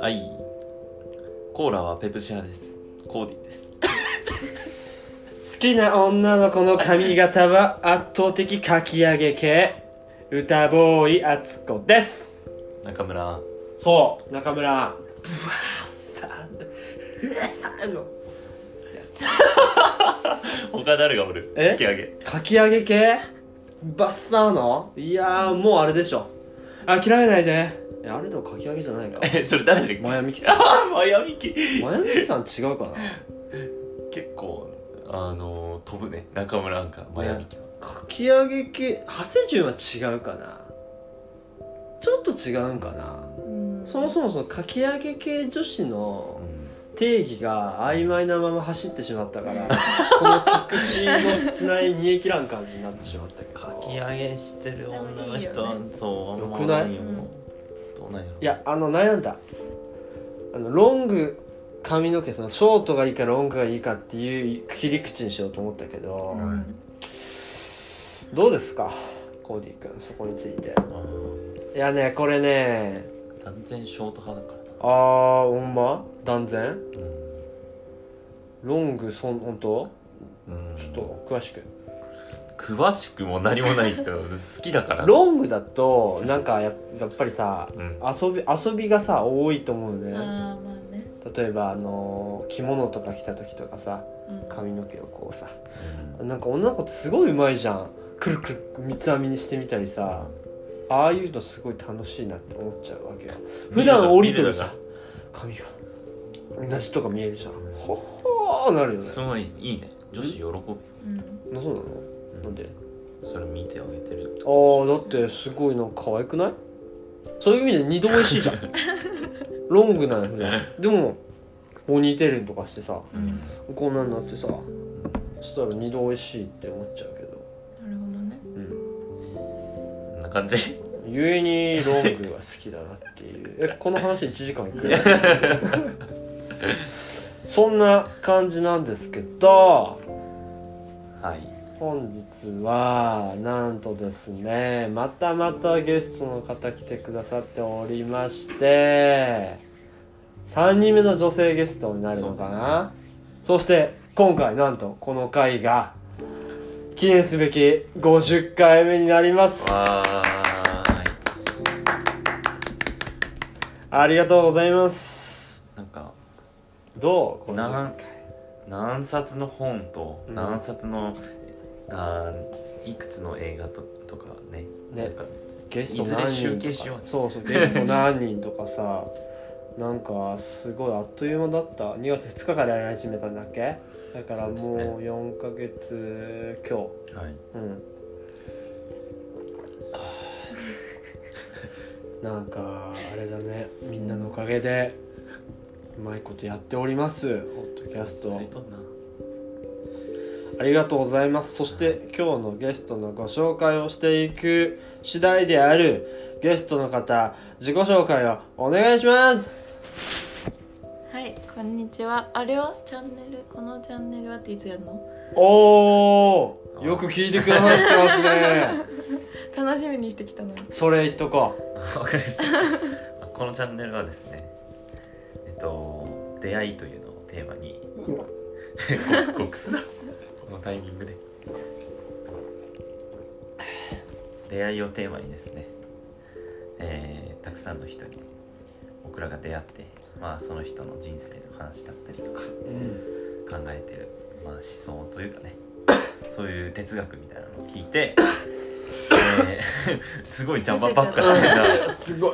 はいコーラはペプシ派ですコーディです好きな女の子の髪型は圧倒的かき上げ系歌ボーイあつこです中村そう中村ブワーサーでうわーの他誰がおるえ引き上げかき上げ系バッサーのいやーもうあれでしょ諦めないでいやあれでもかき上げじゃないかえそれ誰でマヤミキ さんあマヤミキマヤミキさん違うかな結構あの飛ぶね中村アンカーマヤミキはかき上げ系長谷順は違うかなちょっと違うんかなそもそもそのかき上げ系女子の定義が曖昧なまま走ってしまったからこの着地のしない煮え切らん感じになってしまったけどかき上げしてる女の人でもいいよはそうあんまよくないないようんどうなんやろいやあの悩んだあのロング髪の毛そのショートがいいかロングがいいかっていう切り口にしようと思ったけど、うんどうですかコーディ君そこについてあーいやねこれね断然ショート派だからあーほんま断然なロングそん本当うんちょっと詳しく詳しくも何もない けど好きだからロングだとなんかややっぱりさうん遊び遊びがさ多いと思うあーねまあね例えばあのー着物とか着た時とかさうん髪の毛をこうさなんか女の子ってすごいうまいじゃんくるくる三つ編みにしてみたりさああいうのすごい楽しいなって思っちゃうわけよ普段降りてるさ髪が同じとか見えるじゃんほほーなるよねすごいいいね女子喜ぶうんなそうなのうんなんでそれ見てあげてるああだってすごいなんか可愛くないそういう意味で二度おいしいじゃんロングなの普段でもポニーテールとかしてさうんこんなんなってさそしたら二度おいしいって思っちゃうけどなるほどうねこんんな感じゆえにロングが好きだなっていうえこの話1時間いくそんな感じなんですけどはい本日はなんとですねまたまたゲストの方来てくださっておりまして3人目の女性ゲストになるのかなそ,、して今回なんとこの回が記念すべき50回目になりますわーいありがとうございますなんかどうこの何何冊の本とうん何冊の、あーいくつの映画ととかねねなんかゲストいずれ何集人と計かしようそうそうゲスト何人とかさ なんかすごいあっという間だった2月2日からやり始めたんだっけだからそうですもう4ヶ月今日はいうん なんかあれだねみんなのおかげでうまいことやっておりますホットキャストついとんなありがとうございます。そして今日のゲストのご紹介をしていく次第であるゲストの方、自己紹介をお願いします。はいこんにちはあれはチャンネルこのチャンネルはっていつやるのおーよく聞いてくださってますね。 楽しみにしてきたのにそれ言っとこ わかりましたまあこのチャンネルはですねえっと出会いというのをテーマにごくすなこのタイミングで出会いをテーマにですね、えーたくさんの人に僕らが出会ってまあその人の人生の話だったりとかう。うん。考えてる、まあ、思想というかねそういう哲学みたいなのを聞いて、えー すごい邪魔ばっかしてたすごい。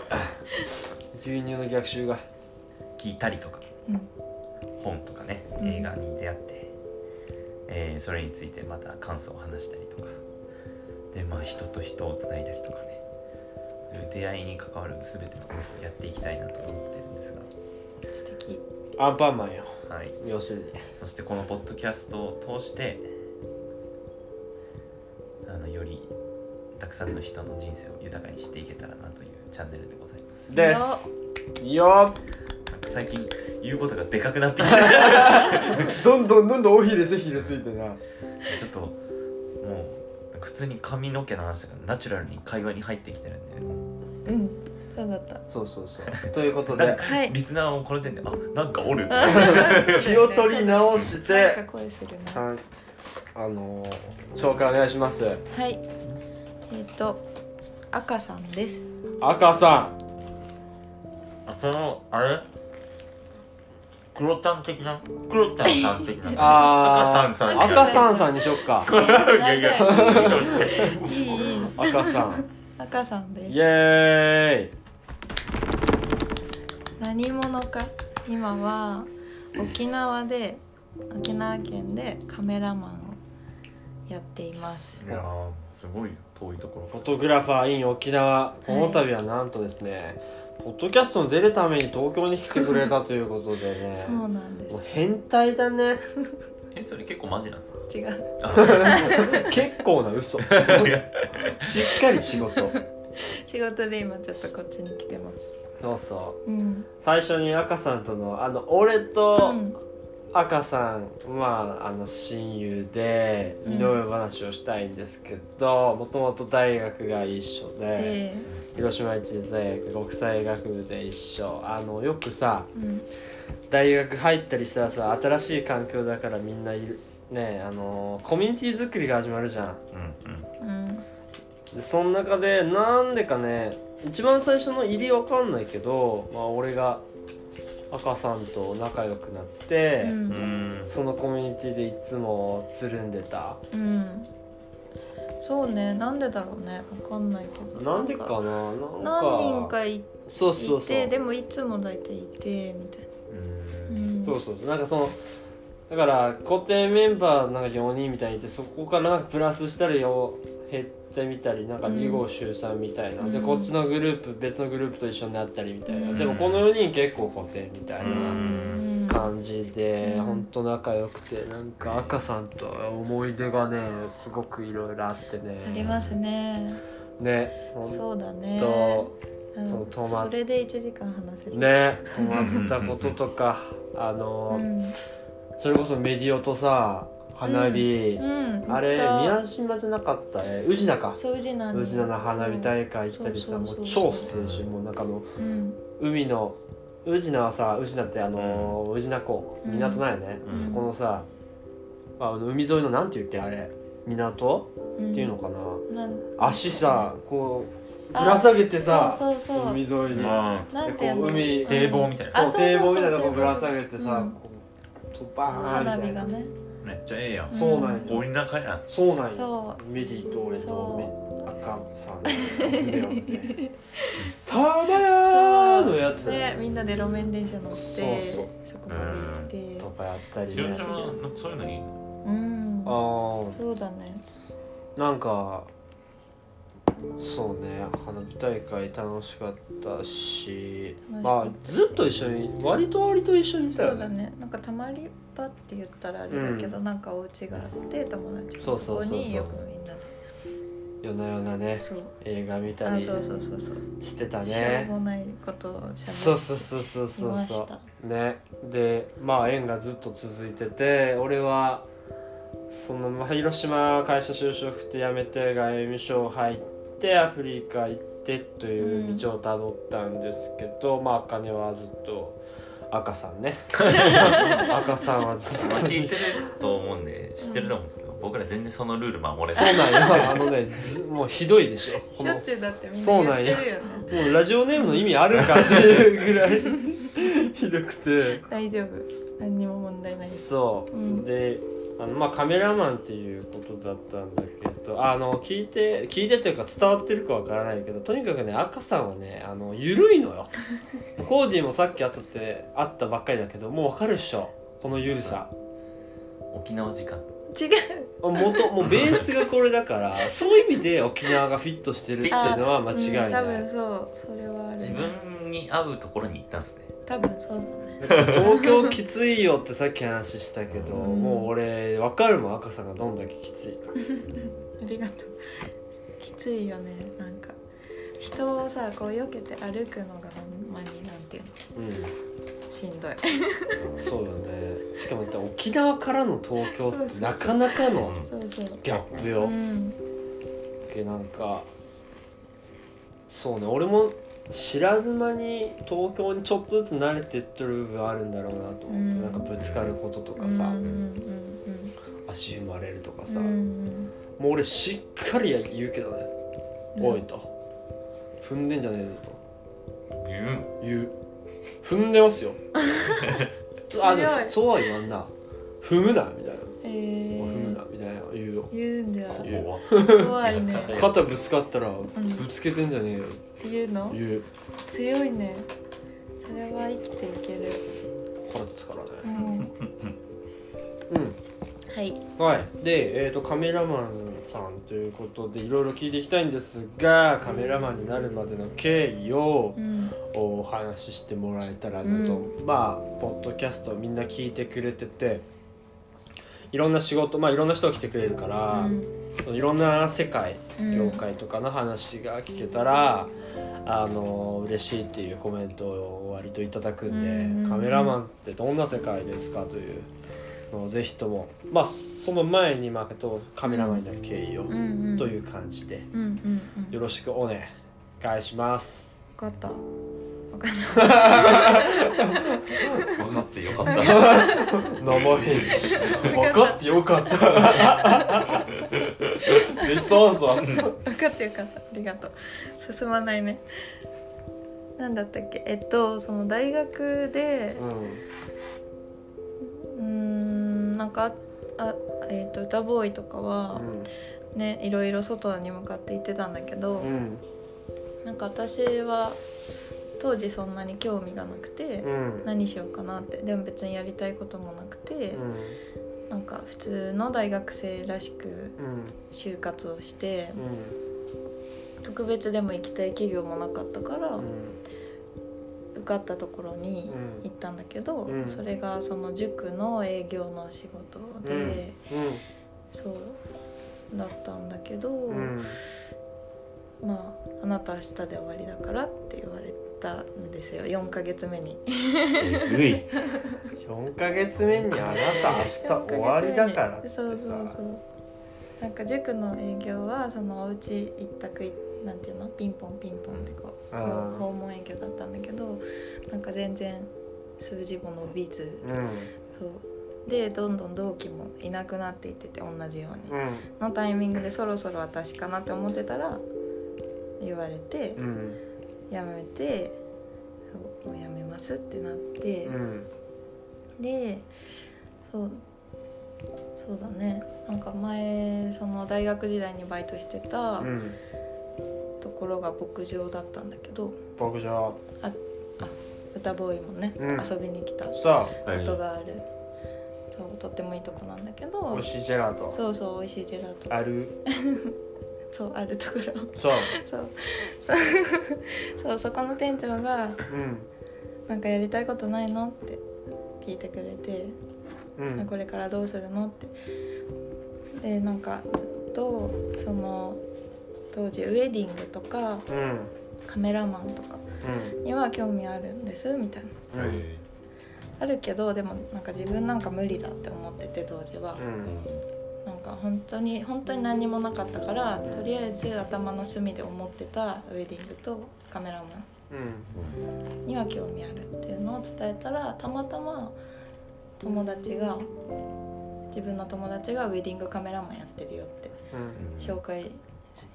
牛乳の逆襲が。聞いたりとか、うん本とかねうん映画に出会って、えーそれについてまた感想を話したりとかでまあ人と人をつないだりとかねそういう出会いに関わる全てのことをやっていきたいなと思ってるんです素敵アンパンマンよ。が、はい、要するに。そしてこのポッドキャストを通してあのよりたくさんの人の人生を豊かにしていけたらなというチャンネルでございますです。よ最近言うことがでかくなってきたっどんどんどんどん尾ひれ背ひれついてな。ちょっともうなんか普通に髪の毛の話だからナチュラルに会話に入ってきてるんで、うんそうだったそうそうそうということなんでかはいリスナーをこの時点であなんかお るって 気を取り直しなんてか声するなはいあのー紹介お願いしますはい。えっ、と赤さんです。赤さんあそのあれ黒ちゃん的な黒ちゃんさん的なあ赤さんー赤さんさんにしよっかいやいやいいいい。赤さん赤さんイです。エーイ何者か。今は沖縄で沖縄県でカメラマンをやっています。いやーすごい遠いとこフろォトグラファー in 沖縄この度はなんとですね、ポッドキャストに出るために東京に来てくれたということでねそうなんでもうす。変態だねえそれ結構マジなんですか違う。結構な 嘘しっかり仕事仕事で今ちょっとこっちに来てます。そうそううん。最初に赤さんとのあの俺うとん。赤さん、まああの親友でうん井上話をしたいんですけどもともと大学が一緒でで、広島一律大学国際学部で一緒あのよくさうん。大学入ったりしたらさ新しい環境だからみんないるねあのコミュニティ作りが始まるじゃんうんうんうん。でその中でなんでかね一番最初の入りわかんないけど、まあ、俺が赤さんと仲良くなって、ううんん。そのコミュニティでいつもつるんでたうん。そうね。なんでだろうね。わかんないけど。なんでかななんか何人かいてそうそういそうてでもいつも大体いてみたいな、うんそうそうなんかそのだから固定メンバーなんか4人みたいにいてそこからなんかプラスしたりよ減ってみたりなんかうん2号集3みたいな、うんでこっちのグループ別のグループと一緒になったりみたいな、うんでもこの4人結構固定みたいなうん感じで、うんほんと仲良くてなんか赤さんと思い出がねすごくいろいろあってねありますねねほんそうだねとうんそう止まっそれで1時間話せるね止まったこととかあの、うん、それこそメディオとさ花火、うん、あれ宮宮島じゃなかったえ宇治名かそう宇治な宇治名の花火い大会行ったりさそうもそううそ超う青春もうなんかあのう、うん、海の宇治名はさ宇治名ってあのー宇治名港うん港なんやね、うんそこのさあの海沿いのなんていうっけあれ港うんっていうのかな、なん足さこうあぶら下げてさそうそうそう海沿いにまなんていうこのう海あ堤防みたいなあそうそうそう堤防みたいなそうとこぶら下げてさ、うんこうとバーンみた花い火ながねめっちゃええやんそうなんや、こんなかやそうなんやそメリーと俺とそうメ赤さんの船をねたまやーのやつうねみんなで路面電車乗ってそうそうそこまで行ってとかやったり広ね島なんかそういうのいいのうんあーそうだねなんかそうね花火大会楽しかったし楽しかまったあしずっと一緒に割と割と一緒にいたそようだねねなんかたまり場って言ったらあれだけど、なんかお家があって友達そうもそそうこそうそうによくみんなで夜な夜なねそう映画見たありそうそうそうそう、してたしょうねもないことをしゃそべうそうそうそうりそうましそうたねでまあ縁がずっと続いてて俺はそのまあ広島会社就職して辞めて外務省入ってアフリカ行ってという道をたどったんですけど、まあ茜はずっと赤さんね 赤さんはずっと聞いてると思うんで知ってると思うんですけど僕ら全然そのルール守れそなういなんよあのねずもうひどいでしょこしょのっちゅうだってみんそうななん言やってるよねもうラジオネームの意味あるかっていうぐらいひどくて大丈夫何にも問題ないですそう、うんであのまあカメラマンっていうことだったんだけどあの聞いて聞いてというか伝わってるかわからないけどとにかくね赤さんはねあの緩いの よコーディもさっき会ったって会ったばっかりだけどもうわかるっしょこの緩さ沖縄時間違うも ともうベースがこれだからそういう意味で沖縄がフィットしてるっていうのは間違ういんな多い、分そうそれはある自分に合うところに行ったんですね多分そうだね東京きついよってさっき話したけど、うんもう俺わかるもん赤さんがどんだけきついかありがとうきついよねなんか人をさこう避けて歩くのがほんまになんていうのうんしんどいそうよねしかもだって沖縄からの東京ってなかなかのそうそうギャップうよんけなんかそうね俺も知らぬ間に東京にちょっとずつ慣れてってる部分あるんだろうなと思って、うんなんかぶつかることとうかんうんさ、うん足踏まれるとかうんさ、うんうもんう俺しっかり言うけどね「うんおい」と「踏んでんじゃねえぞ」うんと言う「踏んで ますよ」あでも強いそうは言わんな「踏むな」みたいな「えもう踏むーな」みたいな言うよ言うんだよここは怖 いねっ肩ぶつかったらぶつけてんじゃねえよていうの言う強いねそれは生きていけるからですからねうんうんはいはい、で、えー、とカメラマンさんということでいろいろ聞いていきたいんですがカメラマンになるまでの経緯をうんお話ししてもらえたらなと、うまあポッドキャストみんな聞いてくれてていろんな仕事まあいろんな人が来てくれるから、そのいろんな世界う業ん界とかの話が聞けたら、あの嬉しいっていうコメントを割といただくんで、うんカメラマンってどんな世界ですかというのをぜひともまあその前にまあとカメラマンになる経緯を、うんうんという感じでうんうんうんよろしくお願いします。分かった分かんない分かってよかった生返事分かってよかったベストアンサー分かってよかったありがとう進まないねなんだったっけえっとその大学でうんうーんなんかあえっと歌ボーイとかはねいろいろ外に向かって行ってたんだけど、うんなんか私は当時そんなに興味がなくて、うん何しようかなってでも別にやりたいこともなくて、うんなんか普通の大学生らしくうん就活をしてう、ん特別でも行きたい企業もなかったから、うん受かったところに行ったんだけど、うんそれがその塾の営業の仕事で、そうだったんだけど、うんうんまああなた明日で終わりだからって言われたんですよ4ヶ月目に。えぐい4ヶ月目にあなた明日終わりだからってさそうそうそうなんか塾の営業はそのお家一択いなんていうのピンポンピンポンってこう、うん訪問営業だったんだけどなんか全然数字も伸びずうんそうでどんどん同期もいなくなっていってて同じよううにんのタイミングでそろそろ私かなって思ってたら言われてうん辞めてそうもう辞めますってなって。うんでそうそうだねなんか前その大学時代にバイトしてたうんところが牧場だったんだけど牧場歌ボーイもね、うん遊びに来たこさとがあるそうとってもいいとこなんだけあ美ど味しいジェラートそうそう美味しいジェラートあるそうあるところそうそうそうそう そこの店長がうん「なんかやりたいことないの?」って聞いてくれてうまあんこれからどうするのってでなんかずっとその当時ウェディングとかうんうんカメラマンとかには興味あるんですみたいなうんうんあるけどでもなんか自分なんか無理だって思ってて当時はうんなんか本当に本当に何もなかったからとりあえず頭の隅で思ってたウェディングとカメラマンには興味あるっていうのを伝えたらたまたま友達が自分の友達がウェディングカメラマンやってるよってうん紹介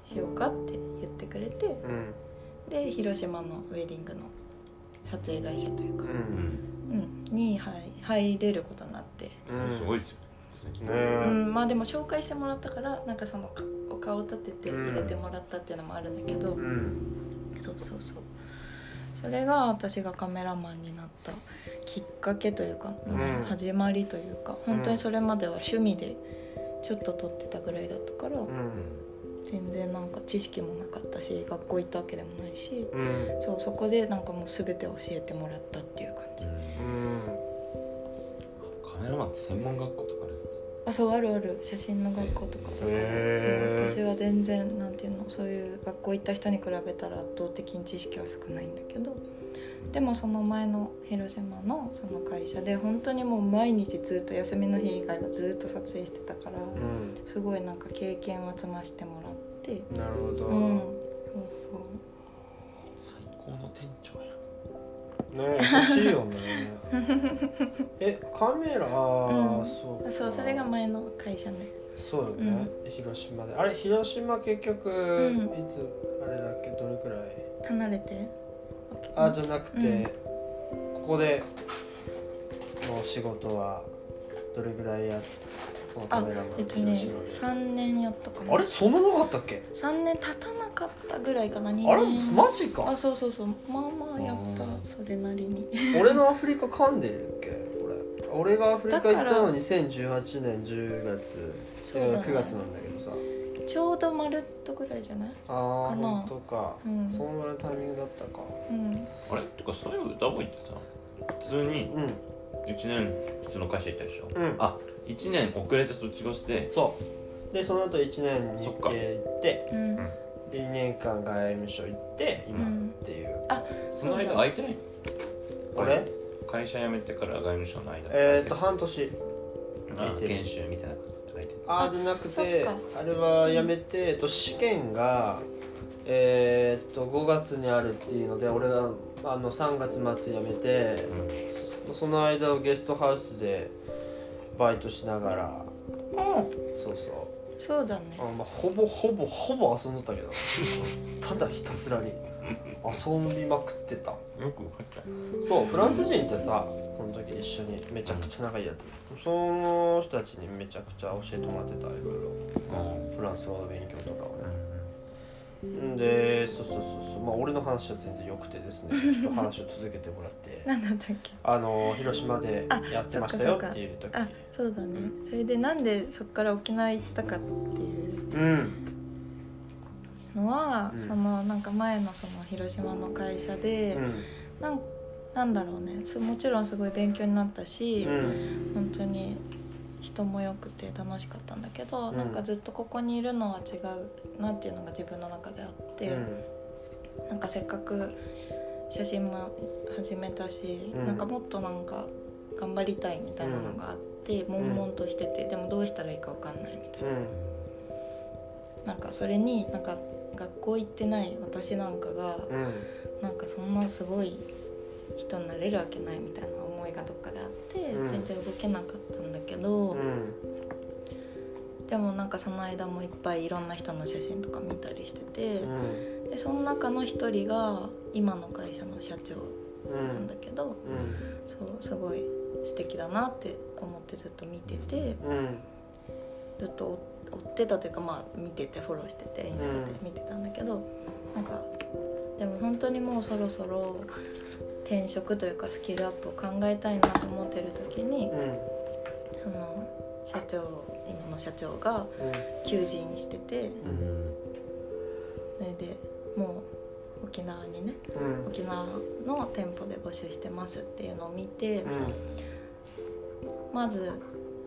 しようかって言ってくれてうんで広島のウェディングの撮影会社というかう、うんんうん、に入入れることになって、うんすごいですよねうえん、まあでも紹介してもらったからなんかそのかお顔を立てて入れてもらったっていうのもあるんだけど、うんそうそうそうそれが私がカメラマンになったきっかけというか、うん始まりというか本当にそれまでは趣味でちょっと撮ってたぐらいだったから。うん全然なんか知識もなかったし学校行ったわけでもないしうんそうそこでなんかもう全て教えてもらったっていう感じ、うんカメラマンって専門学校とかあるんですねあそうあるある写真の学校とかだから、へーそう私は全然なんていうのそういう学校行った人に比べたら圧倒的に知識は少ないんだけどでもその前の広島のその会社で本当にもう毎日ずっと休みの日以外はずっと撮影してたからうんすごいなんか経験は積ましてもらってなるほど、うん最高の店長やね優しいよね えカメラ、うんそうそうそうかそうそれが前の会社ねそうよね、広島であれ広島結局、んいつあれだっけどれくらい離れてあじゃなくて、うんここでの仕事はどれぐらいやこのカメラマンえっと広ね島で3年やったかなあれそんななかったっけ3年経たなかったぐらいかな2年あれマジかあそうそうそうまあまあやったあーそれなりに俺のアフリカ噛んでるっけこれ俺がアフリカ行ったの2018年10月いそうじゃやない9月なんだけどさちょうどまるっとぐらいじゃないあーかな本当か、うんそんなタイミングだったかうんあれってかそういう歌声ってさ普通にうん1年普通の会社行ったでしょ、うんあ1年遅れて卒業してそうでその後1年日そっか系行ってうんで2年間外務省行ってう今っんていう、その間空いてないあれ会社辞めてから外務省の間えー、っと半年あ空いてる研修みたいな感じで空いてるあーじゃなくそってかあれはやめて、えっと、試験がえーっと5月にあるっていうので俺があの3月末やめてうんその間をゲストハウスでバイトしながらそうそうそうだねあ、まあ、ほぼほぼほぼ遊んどったけ どただひたすらに遊びまくってたよく分かったそうフランス人ってさその時一緒にめちゃくちゃ仲いいやつその人たちにめちゃくちゃ教えてもらってたいろういんろフランス語の勉強とかをねんでそうそうそうそうまあ俺の話は全然良くてです ねちょっと話を続けてもらって何だったっけあの広島であやってましたそよっかそっかっていう時あそうだねそれでなんでそっから沖縄行ったかっていううんのは、うんそのなんか前のその広島の会社で、なんなんだろうねすもちろんすごい勉強になったし、うんうん本当に人も良くて楽しかったんだけど、うんなんかずっとここにいるのは違うなっていうのが自分の中であって、なんかせっかく写真も始めたし、うんなんかもっとなんか頑張りたいみたいなのがあって、悶々としててでもどうしたらいいか分かんないみたいな。うんなんかそれになんか学校行ってない私なんかがうんなんかそんなすごい人になれるわけないみたいな思いがどっかであってうん全然動けなかったんだけど、うんでもなんかその間もいっぱいいろんな人の写真とか見たりしててう、んでその中の一人が今の会社の社長うなんんだけど、うんそうすごい素敵だなって思ってずっと見ててうんずっと追追ってたというかまあ見ててフォローしててインスタで見てたんだけど、なんかでも本当にもうそろそろ転職というかスキルアップを考えたいなと思ってる時にうんその社長今の社長がう求人しててうんそれでもう沖縄にねん沖縄の店舗で募集してますっていうのを見て。うんまず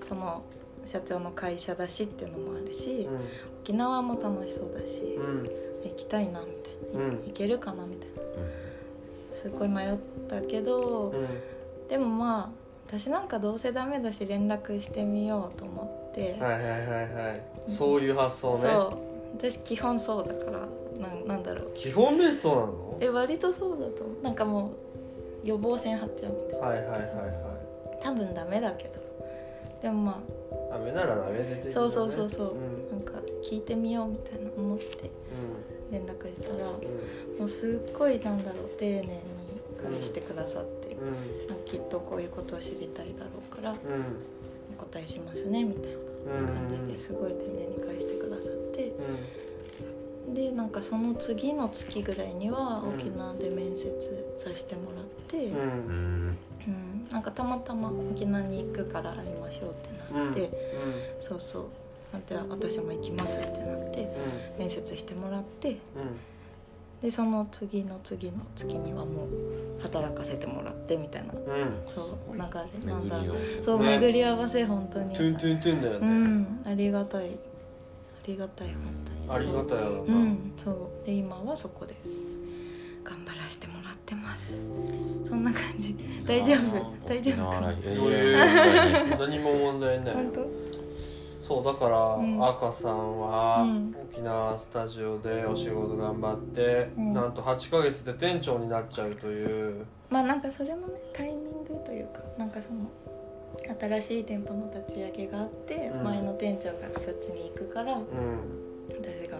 その社長の会社だしっていうのもあるし、うん沖縄も楽しそうだしう、ん行きたいなみたいな、うん行けるかなみたいなすっごい迷ったけど、うんでもまあ私なんかどうせダメだし連絡してみようと思って、はいはいはいはいそういう発想そねう私基本そうだからなんなんだろう基本ベースそうなのえ割とそうだと思うなんかもう予防線張っちゃうみたいはいはいはいはいな多分ダメだけどでもまダメならダメででそうそうそうそううんあなんか聞いてみようみたいな思って連絡したら。もうすっごいなんだろう丁寧に返してくださって、うんうんまあきっとこういうことを知りたいだろうからうんお答えしますねみたいなうん感じですごい丁寧に返してくださってうでなんかその次の月ぐらいにはうん沖縄で面接させてもらって、んうんううんんなんかたまたま沖縄に行くから会いましょうってなって、そうそうなんて私も行きますってなって面接してもらってうでその次の次の月にはもう働かせてもらってみたいなんうんうんそう流れなんだ巡りろをうそう、ね巡り合わせ本当にトゥントゥントゥンだようねんありがたいありがたい本当にありがたいようなんそうで今はそこで頑張らせてもらってますそんな感じ大丈夫大丈夫か沖縄ライブえいやいやいやいやいやー何も問題ない本当そうだから、うん赤さんは、うん沖縄スタジオでお仕事頑張って、うんなんと8ヶ月で店長になっちゃうというまあなんかそれもねタイミングというかなんかその新しい店舗の立ち上げがあって、うん前の店長がそっちに行くからうん私が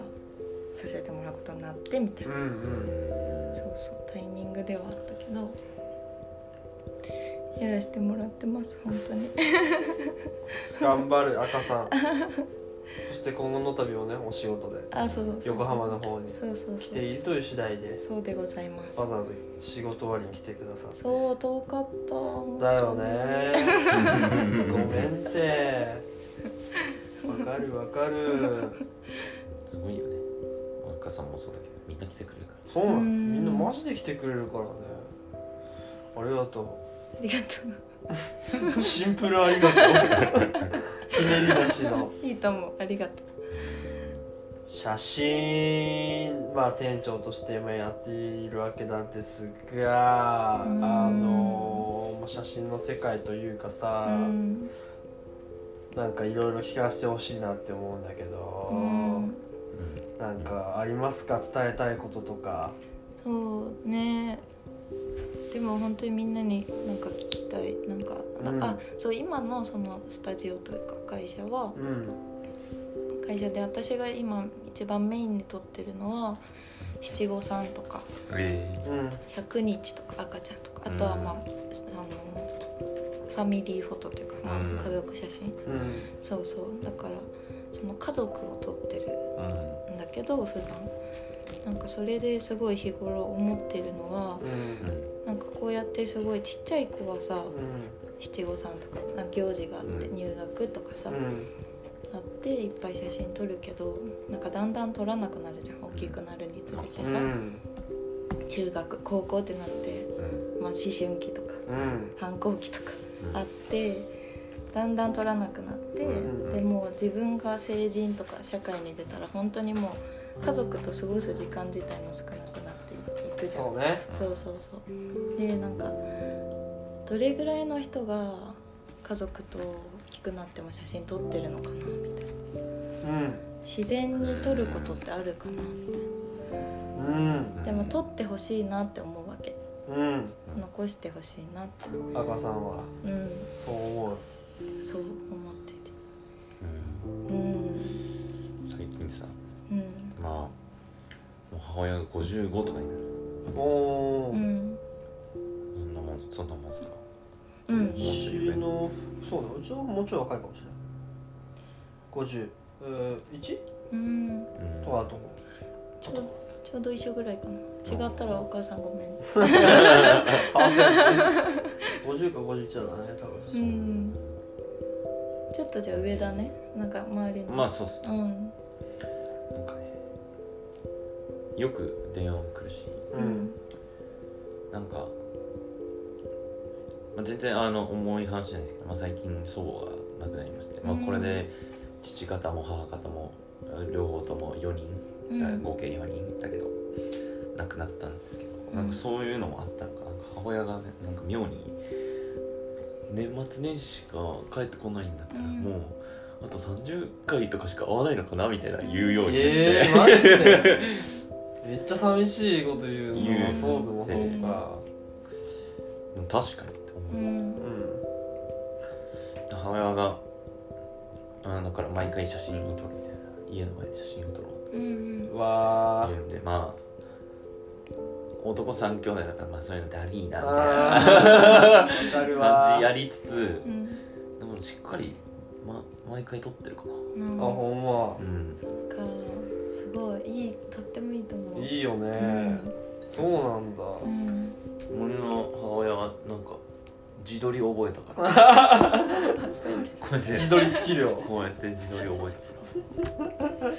させてもらうことになってみたいうんな、うんそうそうタイミングではあったけどやらせてもらってます本 当に頑張る赤さん そして今後の旅をねお仕事であそうそうそうそう横浜の方にそうそうそ来てういるという次第でそうでございますわざわざ仕事終わりに来てくださってそう遠かった本当にだよ ねうんごめんってわかるわかるすごいよね若さんもそうだけどみんな来てくれるかそうなうのんみんなマジで来てくれるからねありがとありがとう シンプルありがとうひねりなしの ういいと思うありがと写真まあ店長として今やっているわけなんですがあうんのもう写真の世界というかうさうんなんかいろいろ聞かせてほしいなって思うんだけどうんなんかありますか伝えたいこととかそうねでも本当にみんなになんか聞きたいなんか、なうんあそう今のそのスタジオというか会社はうん会社で私が今一番メインで撮ってるのは七五三とからえうん100日とか赤ちゃんとかあとはまあ、うんあのファミリーフォトというか、まあうん家族写真うんそうそうだからその家族を撮ってるうんんだけど普段なんかそれですごい日頃思ってるのはうんなんかこうやってすごいちっちゃい子はさう七五三とかなんか行事があってうん入学とかさ、んうんあっていっぱい写真撮るけどなんかだんだん撮らなくなるじゃん大きくなるにつれてうさ、ん中学高校ってなって、うんまあ、思春期とかうん反抗期とかうんあってだんだん取らなくなって、うんでもう自分が成人とか社会に出たら本当にもう家族と過ごす時間自体も少なくなっていくじゃんそうねそうそうそうでなんかどれぐらいの人が家族と大きくなっても写真撮ってるのかなみたいなうん自然に撮ることってあるかなみたいうんなでも撮ってほしいなって思うわけうん残してほしいなって赤さんはうんそう思うそう思っててうんうん最近さうんまあもう母親が55とかになるおうーんそんなもんそんなもんすかうんうちのそうねうちはもうちょい若いかもしれない51、えー、1? うんうんとはと思ちょうどちょうど一緒ぐらいかな違ったらお母さんごめんう50か51だね多分、ううんんちょっとじゃあ上だねなんか周りのまあそうっすうんなんかねよく電話も来るしうんなんか、まあ、全然あの重い話じゃないですけど、まあ、最近祖母が亡くなりまして、まあ、うんこれで父方も母方も両方とも4人、うんあ合計4人だけど亡くなったんですけど、うんなんかそういうのもあったのかなんか母親がねなんか妙に年末年始しか帰ってこないんだったら、うんもうあと30回とかしか会わないのかなみたいな言うようになって、ええー、マジでめっちゃ寂しいこと言うの言うそうでもそうかでも確かにって思うう。うんん母親があだから毎回写真を撮るみたいな家の前で写真を撮ろうってうんうんわ言うんでまあ男三兄弟だからまあそういうのダリーなーみたいあーわかるな感わじーやありつつうんでもしっかり、ま、毎回撮ってるかうんほんまなうんなんかすごいいいとってもいいと思ういいよね、そうなんだうん俺の母親はなんか自撮り覚えたからこうやって自撮りスキルをこうやって自撮り覚えたから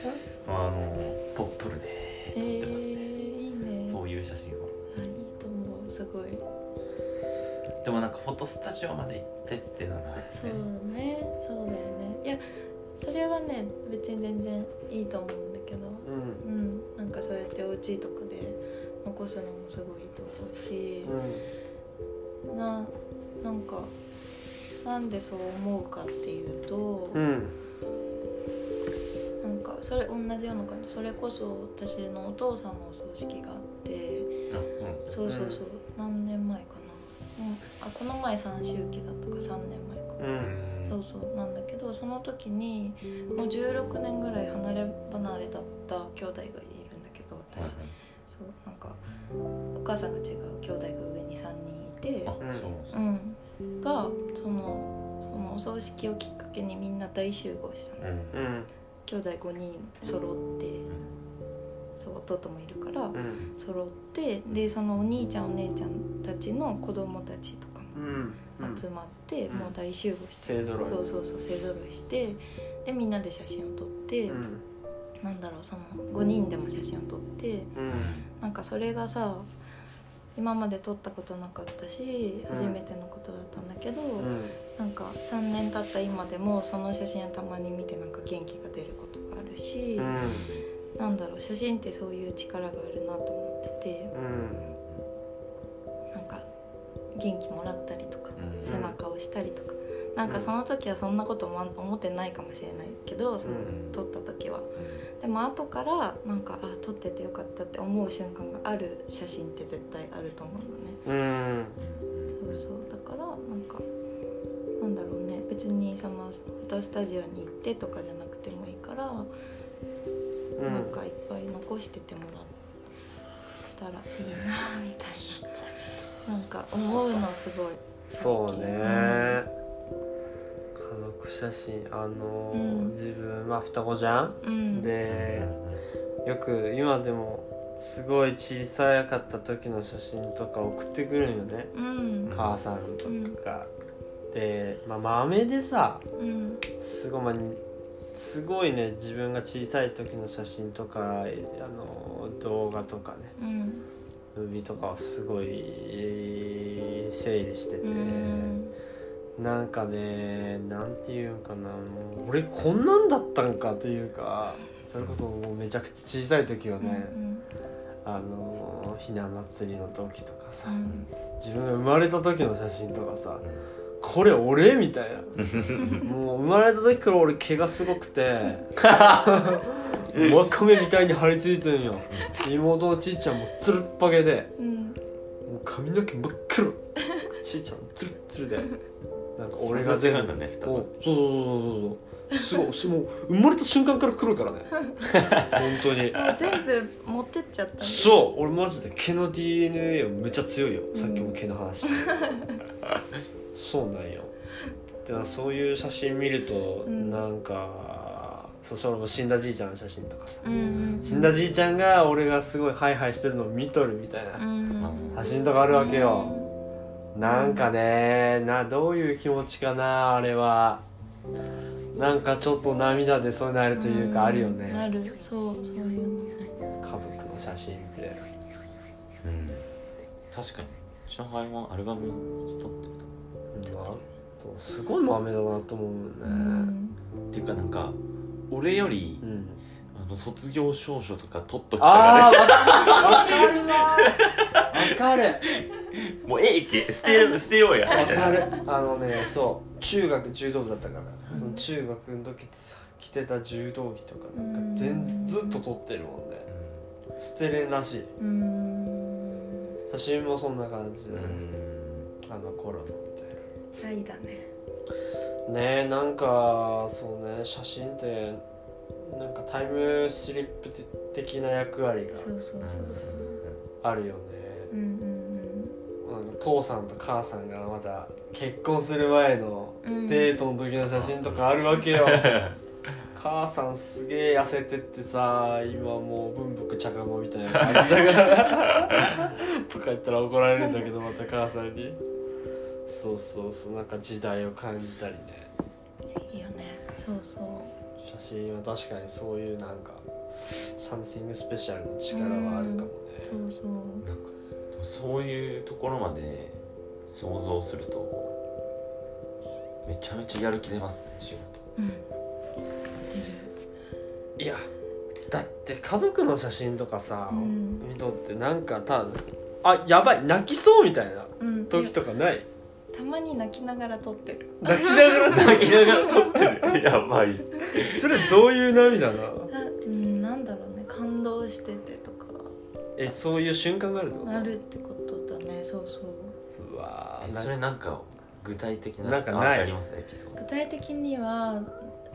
あの撮っとるねえ撮ってますね、ーいいねそういう写真をあいいと思うすごいでもなんかフォトスタジオまで行ってっていうのがあるんですそねうねそうだよねいやそれはね別に全然いいと思うんだけどうんうんなんかそうやってお家とかで残すのもすごいいいと思うしうななんかなんでそう思うかっていうと、んうんそれ同じような感じそれこそ私のお父さんのお葬式があってあうんそうそうそう、何年前かな、うん、あこの前三周期だったか3年前か、うんそうそうなんだけどその時にもう16年ぐらい離れ離れだった兄弟がいるんだけどはい私そうなんかお母さんが違う兄弟が上に3人いてはいあそうなんですうねんがそのそのお葬式をきっかけにみんな大集合したのうんうんうん兄弟5人揃ってそう弟もいるからうん揃ってでそのお兄ちゃんお姉ちゃんたちの子供たちとかもうんうん集まって、うんもう大集合して、勢ぞろいそうそうそう勢ぞろいしてでみんなで写真を撮って、うんなんだろうその5人でも写真を撮ってうんなんかそれがさ今まで撮ったことなかったしうん初めてのことだったんだけど、うんなんか3年経った今でもその写真をたまに見てなんか元気が出ることがあるし、うんなんだろう写真ってそういう力があるなと思っててうんなんか元気もらったりとか、うん背中を押したりとか、なんかその時はそんなことも思ってないかもしれないけどそのうん撮った時はでも後からなんかあ撮っててよかったって思う瞬間がある写真って絶対あると思うのねうんそうそうだからなんかなんだろうね別にそのフォトスタジオに行ってとかじゃなくてもいいから、うんなんかいっぱい残しててもらったらいいなみたいななんか思うのすごいそうね、うん家族写真あのー、うん自分まあ双子じゃん、うんでよく今でもすごい小さかった時の写真とか送ってくるんよね、うん母さんとか、で、まあ、豆でさうんすごい、まあにすごいね自分が小さい時の写真とかえあのー動画とかねうんムービーとかをすごいえー整理してて。うんなんかねなんていうんかなもう俺こんなんだったんかというかそれこそもうめちゃくちゃ小さい時はうんね、あのひな祭りの時とかさ、うん自分が生まれた時の写真とかさこれ俺みたいなもう生まれた時から俺毛がすごく てわかめみたいに張り付いてんよ妹のちいちゃんもつるっぱげでうんもう髪の毛真っ黒ちいちゃんつるっつるでなんか俺が全そん部な違うんだね双お子うそうそうそうそうそうすごいすもう生まれた瞬間から黒 いからね本当にもう全部持ってっちゃったんだそう俺マジで毛の DNA はめっちゃ強いよ、さっきも毛の話して そうなんよだからそういう写真見ると、うんなんかそしたら俺も死んだじいちゃんの写真とかさうんうん死んだじいちゃんが俺がすごいハイハイしてるのを見とるみたいな、うん写真とかあるわけよ、なんかねなどういう気持ちかなあれはなんかちょっと涙でそうなるというかあるよね、うんあるそうそういうの家族の写真ってうん確かに上海はアルバム撮ってるまあすごい豆だなと思ううねんっていうかなんか俺よりうん、あの卒業証書とか取っときたらああわかるわかねもうええけ捨てよう捨てようやみるたいわなかるわかるあのねそう中学柔道部だったからその中学の時さ着てた柔道着とかなんか全ずっと撮ってるもんね捨てれんらしいうん写真もそんな感じうで、んあの頃のみたいな愛だねねえなんかそうね写真ってなんかタイムスリップ的な役割がそうそうそうそうあるようね、んあの父さんと母さんがまだ結婚する前のうんうんデートの時の写真とかあるわけよ母さんすげえ痩せてってさ今もう文福茶かもみたいな感じだからとか言ったら怒られるんだけどまた母さんにそうそうそうなんか時代を感じたりねいいよねそうそう写真は確かにそういうなんかサムシングスペシャルの力はあるかもねそうそうなんかそういうところまで想像するとめちゃめちゃやる気出ますね仕 事うん出るいやだって家族の写真とかさ、うん見とってなんかたあやばい泣きそうみたいなうん時とかないたまに泣きながら撮ってる泣きながら泣きながら撮ってるやばいそれどういう涙なのあなんだろうね感動しててとかえそういう瞬間があるってことなるってことだねそうそううわえーなんそれなんか具体的ななんかないあありますエピソード具体的には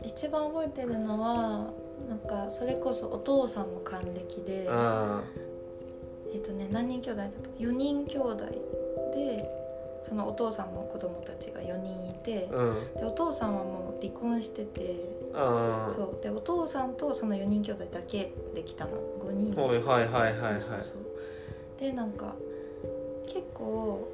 一番覚えてるのはなんかそれこそお父さんの還暦で、あえっとね何人兄弟だったか4人兄弟でそのお父さんの子供たちが4人いてー、うんでお父さんはもう離婚してて、あーそうでお父さんとその4人兄弟だけできたの5人ではいはいはいはいはいそうそうそうでなんか結構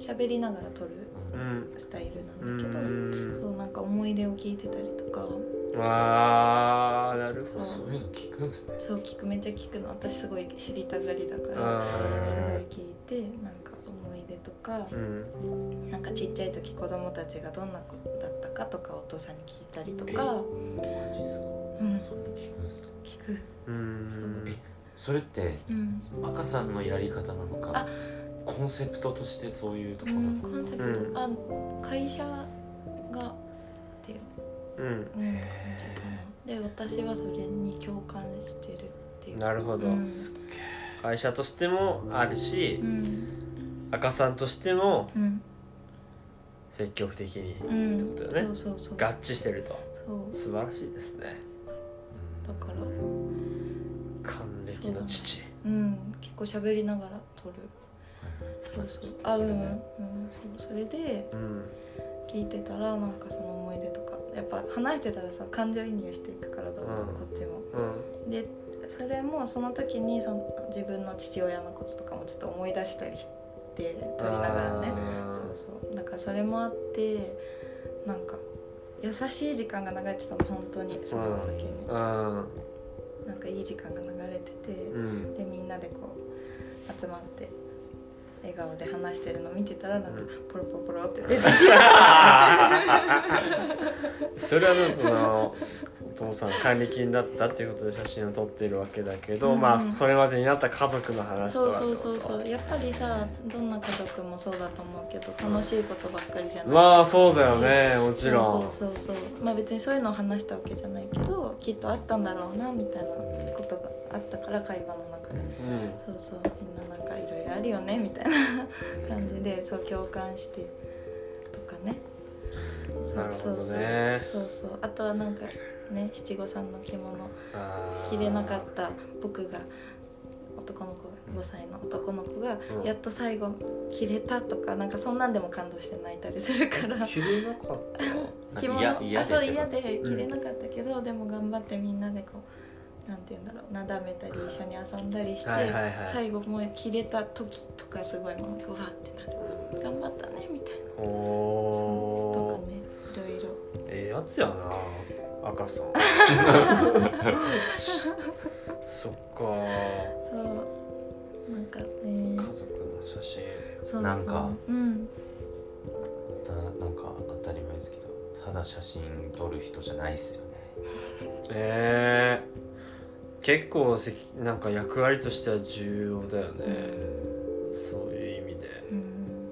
喋りながら撮るううんんスタイルうなんだけど、んそうなんか思い出を聞いてたりとかあーなるほそうそういうの聞くんですねそう聞くめっちゃ聞くの私すごい知りたがりだかどらあすごいー聞いてなんか思い出とかうんなんかちっちゃい時子供たちがどんな子だったかとかお父さんに聞いたりとマか、ジっすかうん、それ聞くんすか聞く、うんそれってうん赤さんのやり方なのかあコンセプトとしてそういうとうころなのん、かコンセプト、うんあ会社がっていう、うんうん、感へーじかなで私はそれに共感してるっていうなるほど、うん会社としてもあるしう、ん赤さんとしてもうん積極的にうんってことだよねそうそうそう合致してるとそう素晴らしいですねうだんから還暦の父うん結構喋りながら撮るそうそうあうん、うん、そうそれでうん聞いてたらなんかその思い出とかやっぱ話してたらさ感情移入していくからどんどんうんこっちも、うんでそれもその時にその自分の父親のこととかもちょっと思い出したりして撮りながらねあーそうそうだからそれもあってなんか優しい時間が流れてたの本当にその時に、うんなんかいい時間が流れてて、うんでみんなでこう集まって笑顔で話してるの見てたらなんかうんポロポロ ポロって出てきて それはねそのお父さんが還暦になったっていうことで写真を撮ってるわけだけど、うんまあそれまでになった家族の話そとうかってそこうとそうそうやっぱりさどんな家族もそうだと思うけど楽しいことばっかりじゃない、まあそうだよねもちろんそうそうそうそうまあ別にそういうのを話したわけじゃないけどきっとあったんだろうなみたいなことがあったから会話の中で、うんそうそうみんななんかいろいろあるよねみたいな感じでそう共感してとかねそうなるほどねそうそうそうあとはなんかね七五三の着物あー着れなかった僕が男の子が5歳の男の子がうんやっと最後着れたとかなんかそんなんでも感動して泣いたりするから着れなかっ着なん物か嫌嫌あそうですよ嫌で着れなかったけど、でも頑張ってみんなでこうなんて言うんだろうなだめたり一緒に遊んだりして、はいはいはい最後もう着れた時とかすごいもううわってなる頑張ったねみたいなたとおーかねいろいろええやつやな赤 さんそっかそうなんかね家族の写真そうそうなんかうんたなんか当たり前ですけどただ写真撮る人じゃないっすよねええ結構せなんか役割としては重要だよねそういう意味でうん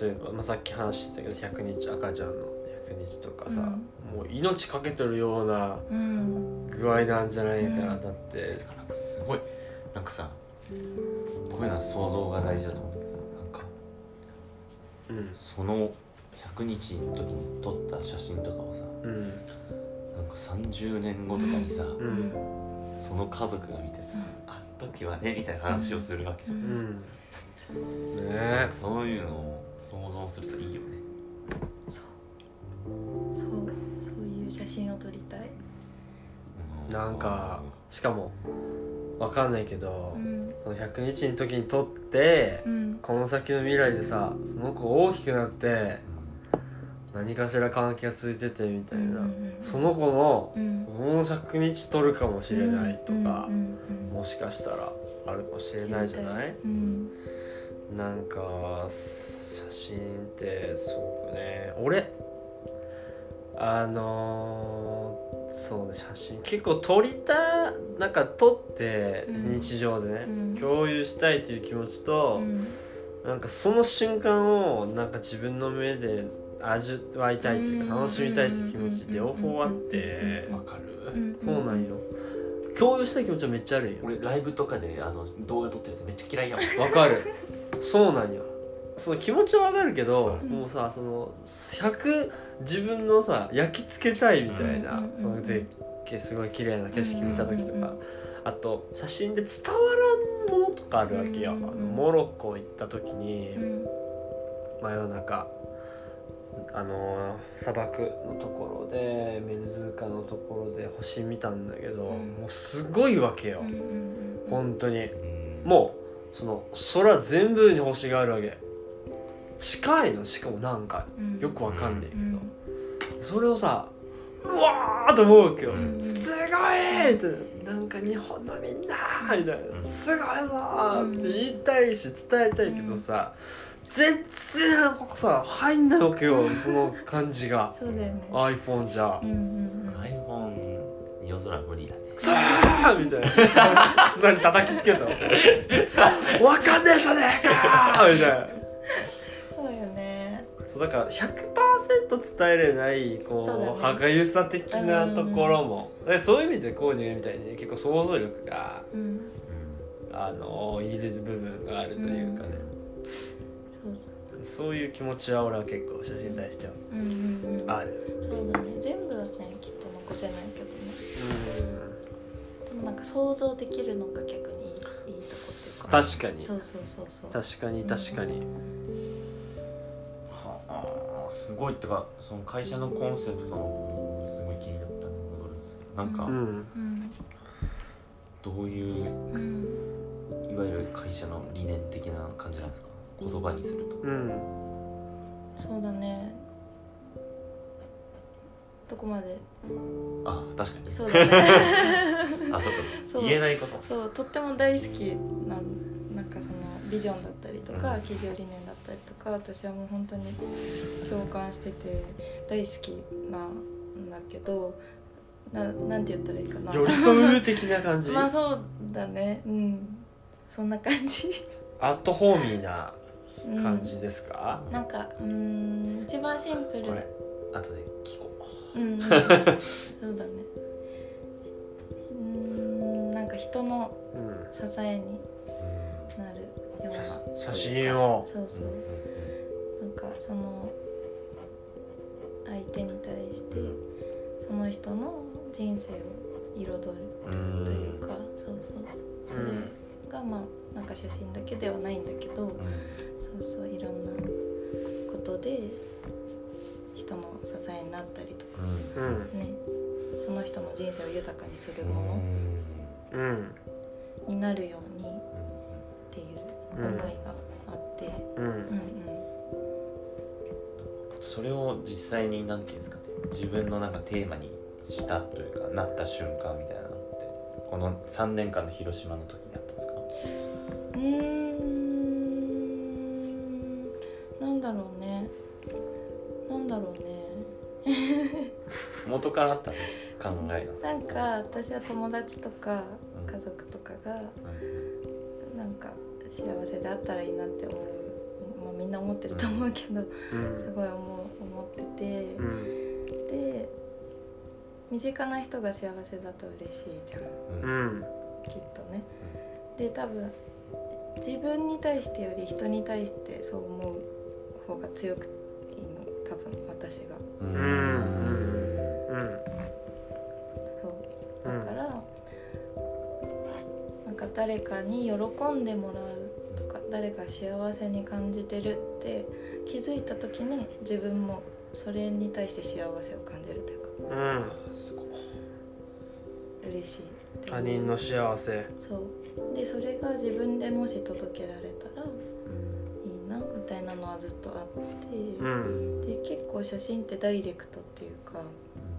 例えば、まあ、さっき話してたけど100日赤ちゃんの100日とかさ、うもう命かけてるようなうん具合なんじゃないかな、うんだってなんかすごいなんかさこういうのは想像が大事だと思うんだけどなんかうんその100日の時に撮った写真とかをさうんなんか30年後とかにさうんその家族が見てさ「あの時はね」みたいな話をするわけううんんねえそういうのを想像するといいよねそうそうそういう写真を撮りたいうなんかしかもわかんないけど、うんその100日の時に撮って、うんこの先の未来でさその子大きくなってうん何かしら関係が続いててみたいな、うんうんうんその子のうんこの100日撮るかもしれないとか、うんうんうんもしかしたらあるかもしれないじゃないうんなんか写真ってすごくね俺あのーそうね写真結構撮りたなんか撮ってうん日常でね、うん共有したいっていう気持ちうと、んなんかその瞬間をなんか自分の目で味わいたいというかうん楽しみたいという気持ちうん両方あってうんかうんそうなんよ共有したい気持ちはめっちゃあるんよ俺ライブとかであの動画撮ってるやつめっちゃ嫌いやもんわかるそうなんよその気持ちはわかるけど、はいもうさその100自分のさ焼き付けたいみたいな、うんうんうんうんその絶景すごい綺麗な景色見た時とか、うんうんうんあと写真で伝わらんものとかあるわけよ、うんうんうんあのモロッコ行った時に、うん真夜中あのー砂漠のところでメルズーカのところで星見たんだけど、うんもうすごいわけよ、うんうんうん本当にうんもうその空全部に星があるわけ近いのしかもなんかうんよくわかんないけうど、んそれをさうわーと思うわけよ、うんすごいってなんか日本のみんなーみたいな、うんすごいぞーって言いたいし伝えたいけどさ、全然ここさ入んないわけよその感じがそうだよね iPhone じゃうんうんうん iPhone 夜空無理やね「さあ!」みたい な砂に叩きつけたの「わかんねえじゃねえかー!」みたいな。そうよねそうだから100%伝えれないこそうだうね歯がゆさ的なところもでそういう意味でコーディネみたいに結構想像力がうんあのいる部分があるというかね、そうそうそういう気持ちは俺は結構写真に対してはうんうんうんあるそうだね全部はねきっと残せないけどねでもなんか想像できるのが逆にいいいいとこっていうか確かにそうそうそうそう確かに確かにはあすごいってかその会社のコンセプトのすごい気になったのがあるんですけどなんうかんうんどういううんいわゆる会社の理念的な感じなんですか言葉にするとうんそうだねどこまであ確かにそうだねあそっそかう言えないことそうとっても大好きなんなんかそのビジョンだったりとかうん企業理念だったりとか私はもう本当に共感してて大好きなんだけどななんて言ったらいいかな寄り添う的な感じまあそうだねうんそんな感じ、アットホーミーなうん、感じですか、なんかうーん一番シンプルこれ後で聞こ うん、そうだねうーんなんか人のうん支えにううんなるような写真をそうそうなんかその相手に対してその人の人生を彩るうんというかそうそうそうそれがまあなんか写真だけではないんだけどそうそういろんなことで人の支えになったりとかうんうんねその人の人生を豊かにするうんうんもうんのになるようにっていう思いがあって、うんうんそれを実際に何て言うんですかね自分のなんかテーマにしたというかなった瞬間みたいなのってこの3年間の広島の時にあったんですかうんうーんなんだろうねなんだろうね元からあった考えなんですなんか私は友達とか家族とかがなんか幸せであったらいいなって思う、まあ、みんな思ってると思うけどうんすごい思う思ってて。うんで身近な人が幸せだと嬉しいじゃんうんきっとね。で多分自分に対してより人に対してそう思う方が強くいいの多分私が。うんうんそううだんから、なんか誰かに喜んでもらうとか誰か幸せに感じてるって気づいた時に自分もそれに対して幸せを感じるというかうん嬉しいっていう他人の幸せそうでそれが自分でもし届けられたらいいなみたいなのはずっとあって、うんで結構写真ってダイレクトっていうか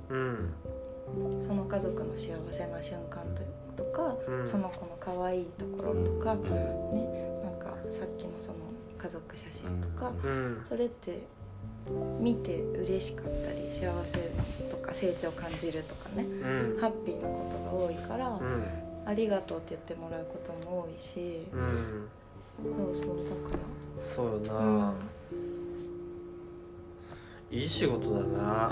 うんその家族の幸せな瞬間ととか、うんその子の可愛いところとか、ねなんかさっきのその家族写真とか、うんそれって見て嬉しかったり幸せとか成長感じるとかねうんハッピーなことが多いから、うんありがとうって言ってもらうことも多いし、うんそうそうだから。そうようなんいい仕事だな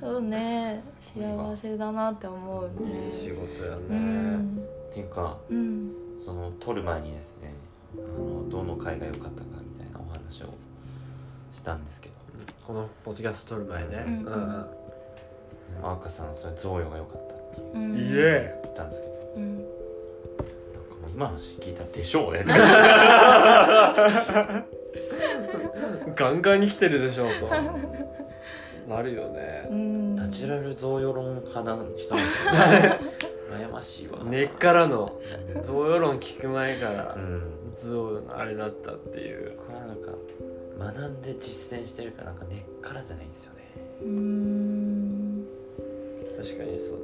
そうね幸れが幸せだなって思うねいい仕事やね、うんっていうかうんその撮る前にですねあのどの回が良かったかみたいなお話をしたんですけどこのポッドキャスト撮る前ね、うんまあ赤さんそれ贈与が良かったってううんんいえ言ったんですけどうんなんかもう今の話聞いたら「でし ょうね」ガンガンに来てるでしょうと なるよねうんナチュラル贈与論家な人なんですけど羨ましいわ根っからの同様論聞く前からうんズオのあれだったっていうこれはなんか学んで実践してるからなんか根っからじゃないんですよねうん確かにその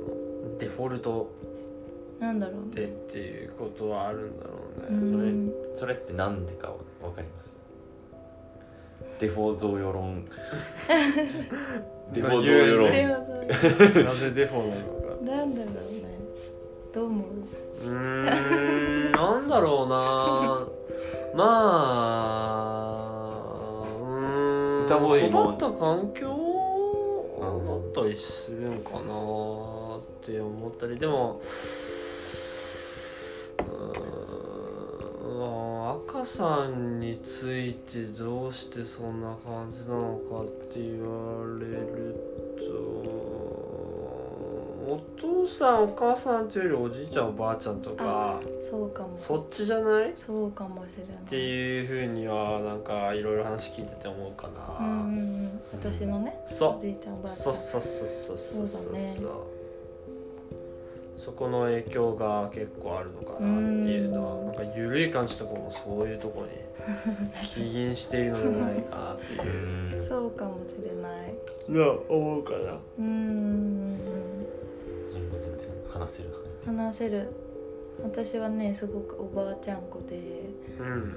デフォルトなんだろうでっていうことはあるんだろううね、んそれってなんでかわかりますデフォ贈与論 デフォ贈与論理 由でもそれなぜデフォなのかなんだろうねどう思ううーんなんだろ うなまあうーん歌声も育った環境だったりするんかなって思ったりでもうーん赤さんについてどうしてそんな感じなのかって言われるとお父さんお母さんというよりおじいちゃんおばあちゃんとかそうかもそっちじゃないっそうかもしれないていうふうにはなんかいろいろ話聞いてて思うかな、うんうんうん私のねそおじいちゃんおばあちそゃうんそうそうそうそうそうそそううだねそこの影響が結構あるのかなっていうのはなんか緩い感じとかもそういうとこに起因しているのじゃないかなっていうそうかもしれないのは思うかなうんうんうんそれも全然話せる範囲話せる私はねすごくおばあちゃん子でうん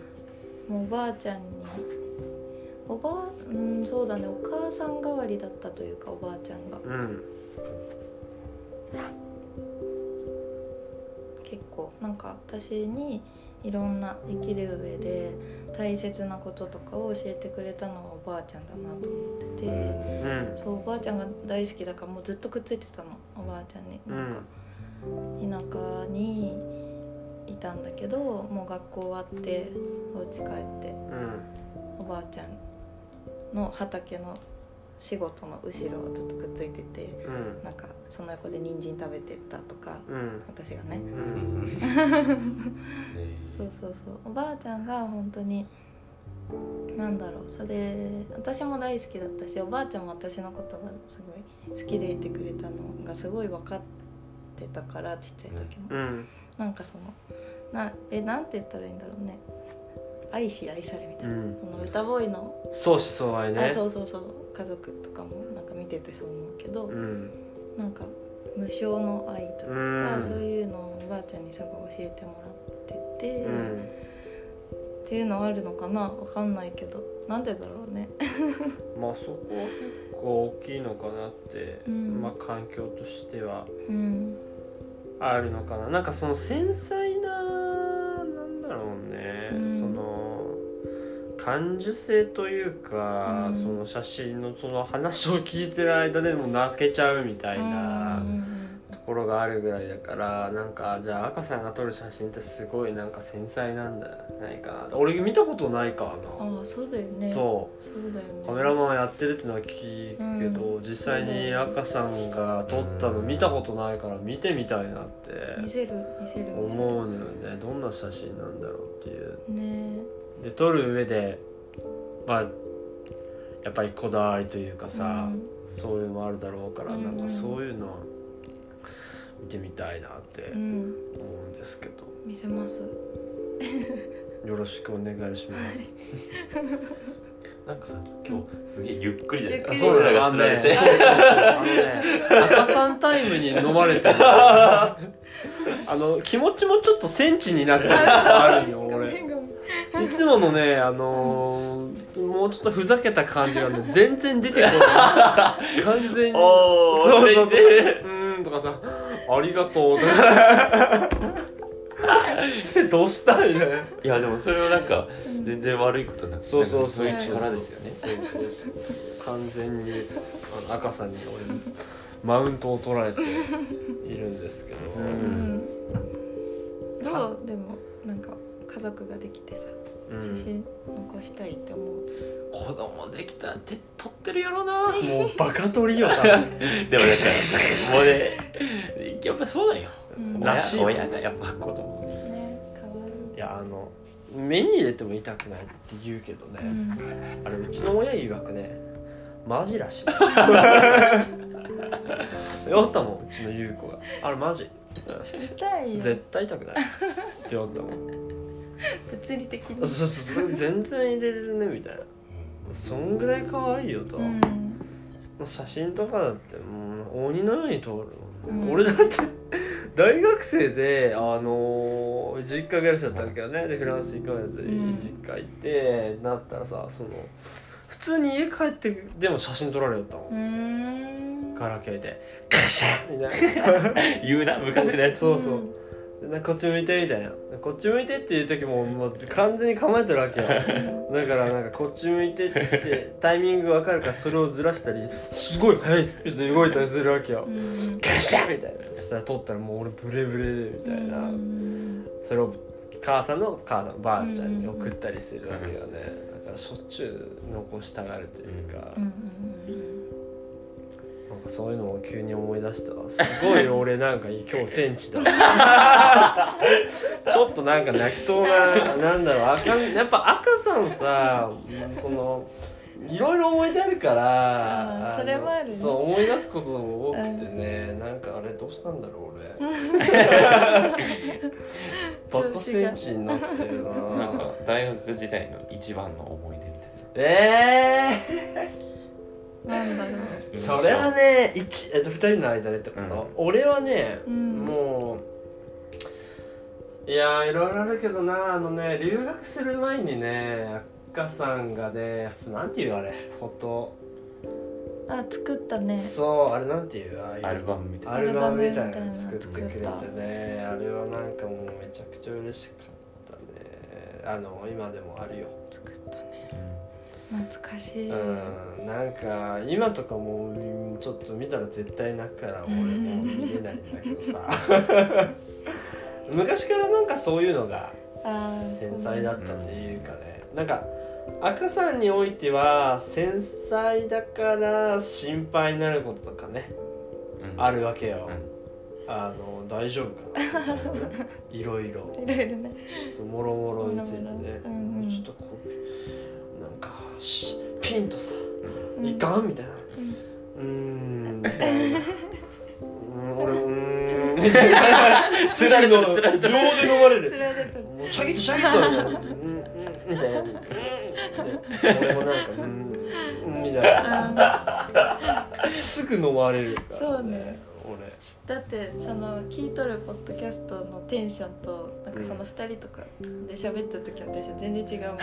もうおばあちゃんにおばあうんそうだねお母さん代わりだったというかおばあちゃんがうん結構なんか私にいろんな生きる上で大切なこととかを教えてくれたのはおばあちゃんだなと思ってて。うんそうおばあちゃんが大好きだからもうずっとくっついてたのおばあちゃんになんか、田舎にいたんだけどもう学校終わってお家帰ってうんおばあちゃんの畑の仕事の後ろをずっとくっついててうんなんかその横で人参食べてたとかうん私がねうん そうそうそうおばあちゃんが本当になんだろうそれ私も大好きだったしおばあちゃんも私のことがすごい好きでいてくれたのがすごい分かってたからちっちゃい時も、うんなんかそのなえなんて言ったらいいんだろうね愛し愛されみたいな、うんその歌ボーイの、相思相愛あねそうそうそう家族とかもなんか見ててそう思うけど、うんなんか無償の愛とうか、んそういうのをおばあちゃんにすごい教えてもらってて。うんっていうのはあるのかなわかんないけどなんでだろう ねまあそこは結構大きいのかなってうんまあ環境としてはうんあるのかななんかその繊細ななんだろうね、うんその感受性というか、うんその写真のその話を聞いてる間でも泣けちゃうみたいなうんところがあるぐらいだからなんかじゃあ赤さんが撮る写真ってすごいなんか繊細なんじゃないかな俺見たことないからなああそうだよねそうとだよねカメラマンやってるってのは聞くけど、実際に赤さんが撮ったの見たことないから見てみたいなって。見せる見せる見せる思うのよねどんな写真なんだろうっていうねで撮る上でまあやっぱりこだわりというかえさ、そういうのもあるだろうから、うんなんかそういうの見てみたいなってうん、うん思うんですけど、見せますよろしくお願いしますなんかさ今日すげえゆっくりだゆっよくりそうだ よあの釣らねれてそうそうそうあのね赤さんタイムに飲ま れてるあの気持ちもちょっとセンチになってるのがあ るよ俺いつものね、あのー、もうちょっとふざけた感じが ね、全然出てこない。完全に。おーそうそうそう。全う然ーんとかさ、ありがとうとか。え どうしたみたいな。いやでもそれはなんか全然悪いことなくそうそうそう。なんかそういう力ですよねそうそうそうそう。完全に、あの、赤さんに俺、マウントを取られているんですけど、ううんんどうでもなんか家族ができてさうん写真残したいって思う、子供できたら手取ってるやろなでもうバカ取りよ多分もねもうねやっぱそうだようんらしい親親がやっぱ子供ね可愛 いいやあの目に入れても痛くないって言うけどね、うんあれうちの親曰くねマジ らしい酔ったもんうちの優子があれマジ痛いよ絶対痛くないって酔ったもん物理的にそうそうそう全然入れれるねみたいなそんぐらい可愛いよと、うもんう写真とかだってもう鬼のように通る、うん俺だって大学生であのー実家暮らしだったわけよねでフランス行くまでうん実家行ってなったらさその普通に家帰ってでも写真撮られよったもんうーんガラケーで「ガシャン!」みたい言うな昔のやなつそうそうでなこっち向いてみたいなこっち向いてっていう時ももう完全に構えてるわけようんだからなんかこっち向いてってタイミングわかるからそれをずらしたりすごい速いスピードで動いたりするわけようんガシャンみたいなしたら撮ったらもう俺ブレブレでみたいなうんそれを母さんの母さんばあちゃんに送ったりするわけよねだからしょっちゅう残したがるというかうんうんなんかそういうのを急に思い出したわすごい俺なんか今日センチだちょっとなんか泣きそうななんだろう赤やっぱ赤さんさそのいろいろ思い出あるかあらーのそれはあるねそう思い出すことも多くてね、なんかあれどうしたんだろう俺 バカセンチになってるななんか大学時代の一番の思い出みえうんなんだろたいうなー、それはね一えっと2人の間でってこと、俺はね、うんもういやーいろいろあるけどなあのね留学する前にね赤さんがねなんていうあれフォト、あ作ったねそうあれなんていうああいうアルバムみたいアルバムみたいなの作ってくれてアルバムみねあれはなんかもうめちゃくちゃ嬉しかったねあの今でもあるよ作ったね懐かしい、うんなんか今とかもうんちょっと見たら絶対泣くから俺もう見れないんだけどさ 昔からなんかそういうのがああ繊細だったっていうかね、なんか赤さんにおいては繊細だから心配になることとかねうんあるわけよ、あの大丈夫かなみ たいなねいろいろいろいろねそうもろもろについてね、うんうんもうちょっとこうなんかしピンとさうんいかんみたいな。うーん。みたいなうん俺うーん。みたいな。すられの秒で飲まれる。釣られたもうシャキッとシャキッとみたいな。うんうんみたいな。うんみたいな俺もなんかうんうんみたいな。あすぐ飲まれるから。そうね。俺。ーだってその聞いとるポッドキャストのテンションとなんかその2人とかで喋った時のテンション全然違うもん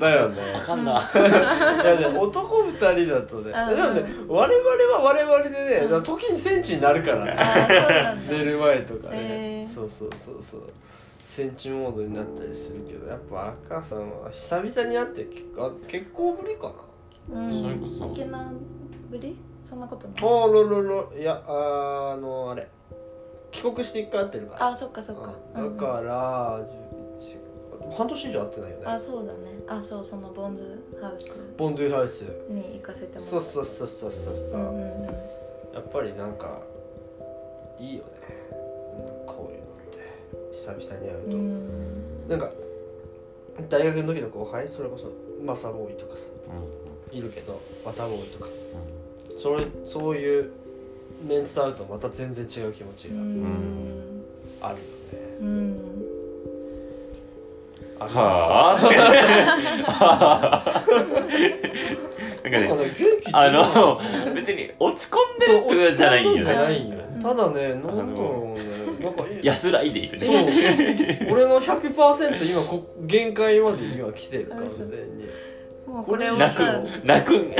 だよね。あかんな、いやね男二人だとね。うでもんね我々は我々でね、だから時にセンチになるからね。あーそうな んだ寝る前とかね、えーそうそうそうそうセンチモードになったりするけどやっぱ赤さんは久々に会って結構結構ぶりかなうそれんこそ沖縄ぶりそんなことないああロロロいやあーあのあれ帰国して一回会ってるからあそっかそっかうんだから11半年以上会ってないうんあよねそうだねあそうそのボンズハウスボンドゥーハウスに行かせてもらったそうそうそうそうそうそううんうんうんやっぱりなんかいいよねうんこういうのって久々に会うと、うんなんか大学の時の後輩それこそマサボーイとかさいるけどワタボーイとかそれそういうメンツと会うとまた全然違う気持ちうがんあるよね、うんあはあなんかねなんかね元気ってあの別に落ち込んでるってことじゃないんじゃよなねいんよただねなんだろうねなんか安らいでいるねそう俺の100%今こ限界まで今来てる完全にもうこれを泣さく泣くこ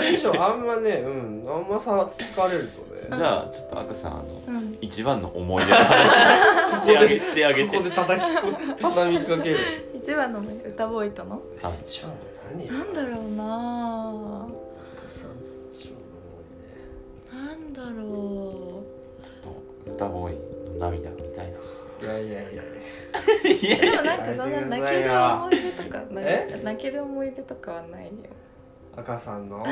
れ以上あんまねうんあんまさ疲れるとねじゃあちょっとアクさんあのうん一番の思い出の話してあげしてあげここてで叩きこ畳みかける一番の歌ボーイとのあ一番何なんだろうなぁ赤さんだろちょっと歌声の涙みたいないやいやいやうでもなんかそんな泣ける思い出とかえな泣ける思い出とかはないよ赤さんの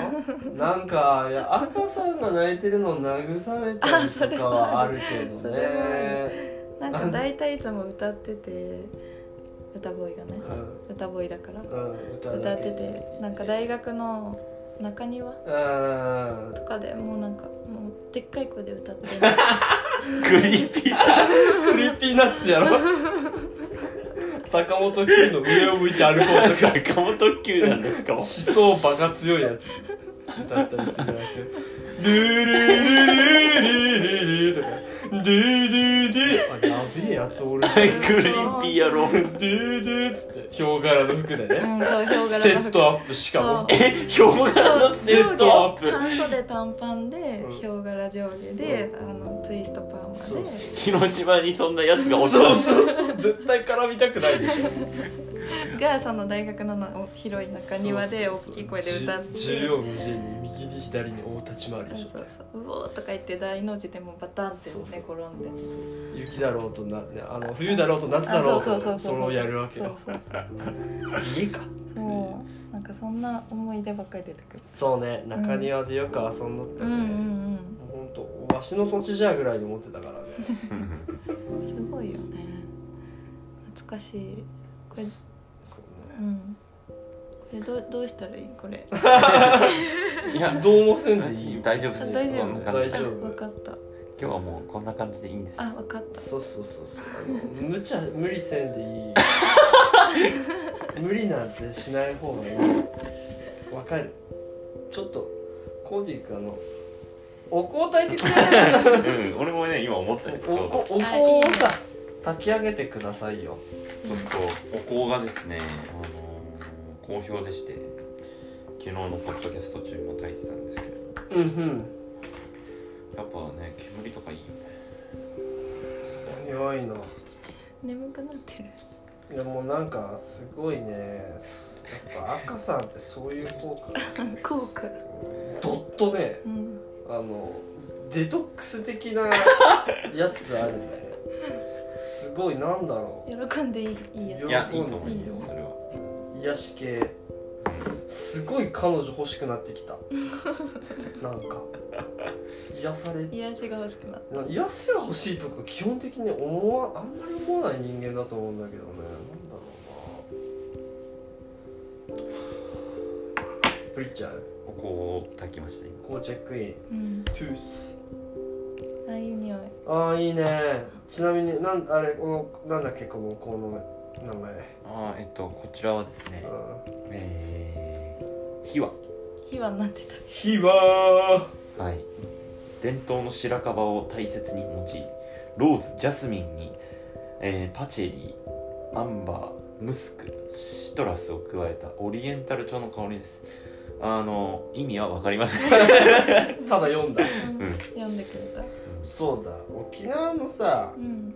なんかいや赤さんが泣いてるのを慰めたりとかはあるけどそねれはなんか大体いつも歌ってて歌ボーイがねう歌ボーイだからん、うん、歌歌っててなんか大学の中庭うんとかでもうなんかもうでっかい声で歌ってクリーピークリーピーナッツやろ坂本九の上を向いて歩こうとか坂本九なんだし かも思想バカ強いやつ歌ったりするわけドゥルルルルルルとかドゥドゥドゥあやべえやつ俺クだリーピーやろドゥド ゥっつってヒョウ柄の服でう ねんそうヒョウ柄の服セットアップしかもそうえ表柄のセットアップ半袖短パンでうんヒョウ柄上下で、あのツイストパーマでそうそ広島にそんなやつが落ちそうたそうそう絶対絡みたくないでしょがその大学のなお広い中庭で大きい声で歌ってそうそうそう縦横無尽に右に左に大立ち回りしそうてそううおーとか言って大の字でもうバタンって寝そう転そうんで雪だろうとなねあの冬だろうと夏だろうあそうそうそうそとうそれをやるわけそうよそうそう家かもうなんかそんな思い出ばっかり出てくるそうね中庭でよく遊んどったうんうねん本当わしの土地じゃぐらいに思ってたからねうんすごいよね懐かしいこれそそううねんこれどうどうしたらいいこれ いやどうもせんでいいよ大丈夫です大丈夫こんな感じ大丈夫分かった今日はもうこんな感じでいいんですあ分かったそうそうそうそうあの無茶無理せん でいいよ無理なんてしない方がいいわかるちょっとコーディーくんあのお香炊いてくれないうん俺もね今思ったよちょうおどこお香をさ炊き上げてくださいよちょっとお香がですね、あのー好評でして昨日のポッドキャスト中も炊いてたんですけどうんうんやっぱね煙とかいいよね良いの眠くなってるいやもうなんかすごいねすやっぱ赤さんってそういう効果効果どっとねうんあのデトックス的なやつあるねすごいなんだろ喜んでいいいいや喜いやいんでいと思いいいまよすそれはう癒し系すごい彼女欲しくなってきたなんか癒されつ癒しが欲しくなったな癒せが欲しいとか基本的に思わあんまり思わない人間だと思うんだけどねなんだろうなプリッチャーお香を炊きました今こうチェックインうんトゥースあいい匂いああいいねちなみになんあれこのなんだっけこのこの名前あーえっとこちらはですねうんえー、火は火はなってた火ははい伝統の白樺を大切に用いローズジャスミンに、えーパチェリーアンバームスクシトラスを加えたオリエンタル調の香りですあの意味は分かりませんただ読んだん読んでくれたそうだ沖縄のさうん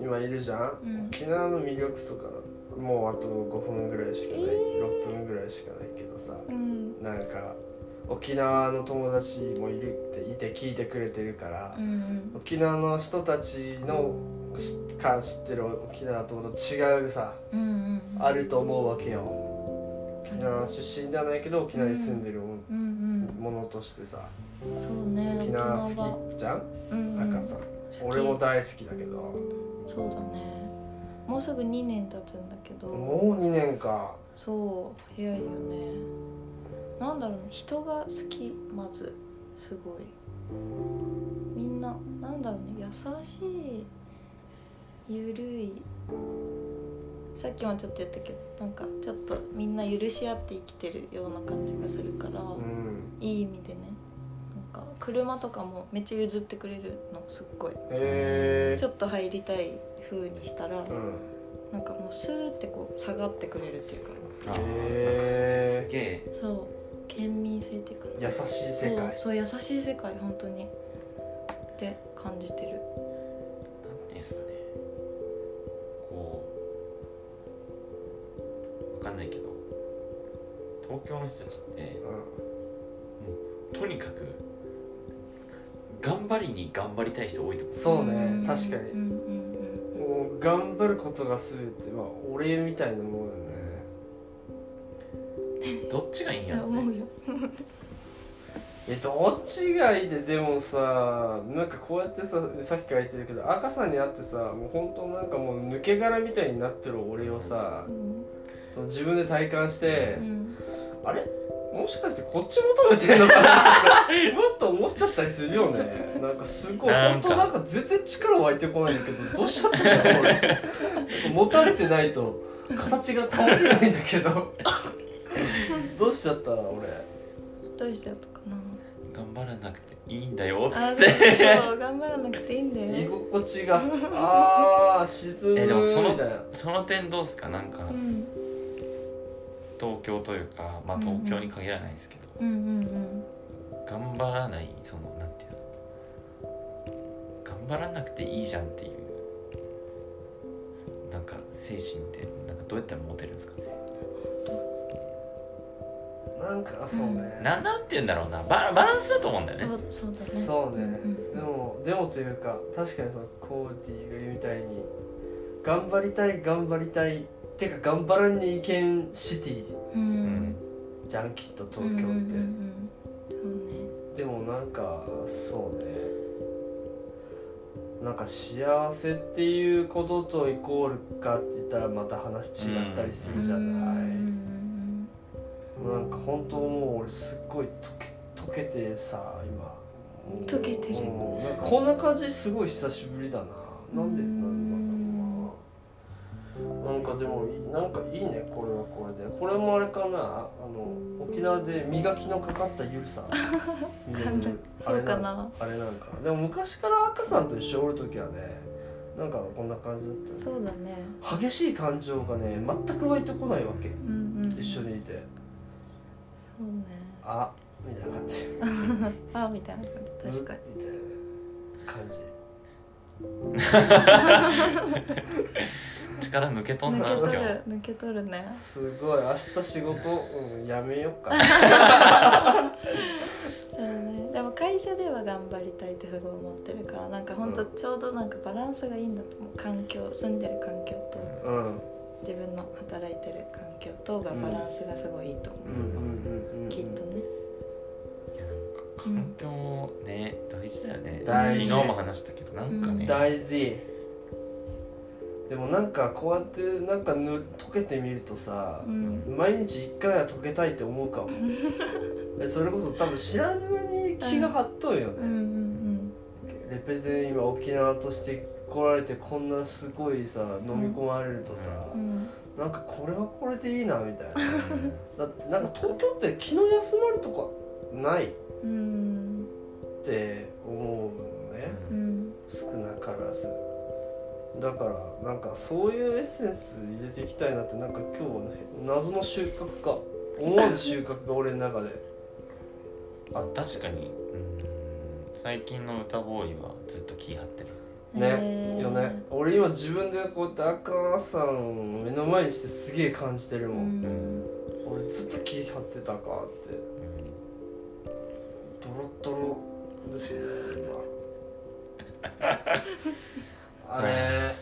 今いるじゃん、うん沖縄の魅力とかもうあと5分ぐらいしかない、えー6分ぐらいしかないけどさうんなんか沖縄の友達もいるっていて聞いてくれてるからう、ん沖縄の人たちのしか知ってる沖縄とも違うさうんうんあると思うわけよ沖縄出身ではないけど沖縄に住んでるも,、うんうんものとしてさそうね沖縄沖縄は好きじゃんうんうん赤さん好き俺も大好きだけどそうだねもうすぐ2年経つんだけどもう2年かそう早いよねなんだろうね人が好きまずすごいみんななんだろうね優しいゆるいさっきもちょっと言ったけどなんかちょっとみんな許し合って生きてるような感じがするから、うんいい意味でねなんか車とかもめっちゃ譲ってくれるのすっごいへえちょっと入りたい風にしたらうんなんかもうスーってこう下がってくれるっていうかあーなんかそれすへげえそう県民性っていうか優しい世界そうそう優しい世界本当にって感じてるなんていうんですかねこうわかんないけど東京の人たちってうとにかく我張りに頑張りたい人多いと思そうね確かうにんうんうんもうんう頑張ることが全ては俺みたいなもんよねうどっちがいいんいややろね思うよえどっちがいいででもさなんかこうやってささっきから言ってるけど赤さんに会ってさもう本当なんかもう抜け殻みたいになってる俺をさうんその自分で体感してう、んあれもしかしてこっち求めてんのかなってもっと思っちゃったりするよねなんかすごいなんか本当なんか全然力湧いてこないんだけどどうしちゃったんだろう俺持たれてないと形が倒れないんだけ どどうしちゃった俺どうしようとかな頑張らなくていいんだよあそう頑張らなくていいんだよ 居心地 があー沈むみたえいでもそのなその点どうすかなんかうん東京というかまあうんうん東京に限らないですけど、うんうん頑張らないそのなんていうの頑張らなくていいじゃんっていうなんか精神ってなんかどうやったらモテるんですかねなんかそうね、ななんて言うんだろうなバラバランスだと思うんだうんよそねうそうだねそうね、うんでもでもというか確かにそのコーディが言うみたいに頑張りたい頑張りたいてか頑張らんにいけんシティううんんじゃんきっと東京って、うんうんうんうんそうねでもなんかそうねなんか幸せっていうこととイコールかって言ったらまた話違ったりするじゃない、うんなんか本当もう俺すっごい溶け溶けてさ今もう溶けてるもうなんかこんな感じすごい久しぶりだななんでうなんんだろうななんかでもいいなんかいいねこれはこれでこれもあれかなあの沖縄で磨きのかかったゆる さ見れなんだるあそれうなかんなあれなんかでも昔から赤さんと一緒におる時はねなんかこんな感じだったそうだねよ激しい感情がね全く湧いてこないわけうんうん一緒にいてそうねあみたいな感じあみたいな感じ確かにみたいな感じ力抜けとんな抜今け日取る抜け取るねすごい明日仕事、うん、やめよう かなそうねでも会社では頑張りたいってすごい思ってるからなんかほんとちょうどなんかバランスがいいんだと思う環境住んでる環境とうん自分の働いてる環境とがバランスがすごいいいと思うんうんうんうんうきっとねいやなんか環境ね大事だよね大事昨日も話したけどなんかね、大事でもなんかこうやってなんかぬ溶けてみるとさう、ん毎日一回は溶けたいって思うかも えそれこそ多分知らずに気が張っとんよね、うんうんレペゼン今沖縄として来られてこんなすごいさ飲み込まれるとさ、うんうんなんかこれはこれでいいなみたいなうんだってなんか東京って気の休まるとこないっうんて思うのねうん少なからずだからなんかそういうエッセンス入れていきたいなってなんか今日はね謎の収穫か思わぬ収穫が俺の中であった確かにうん最近の歌ボーイはずっと気張ってるねへーよね俺今自分でこうやって赤さんを目の前にしてすげえ感じてるうもん、ん俺ずっと気張ってたかっうてんドロッドロですね 今あれ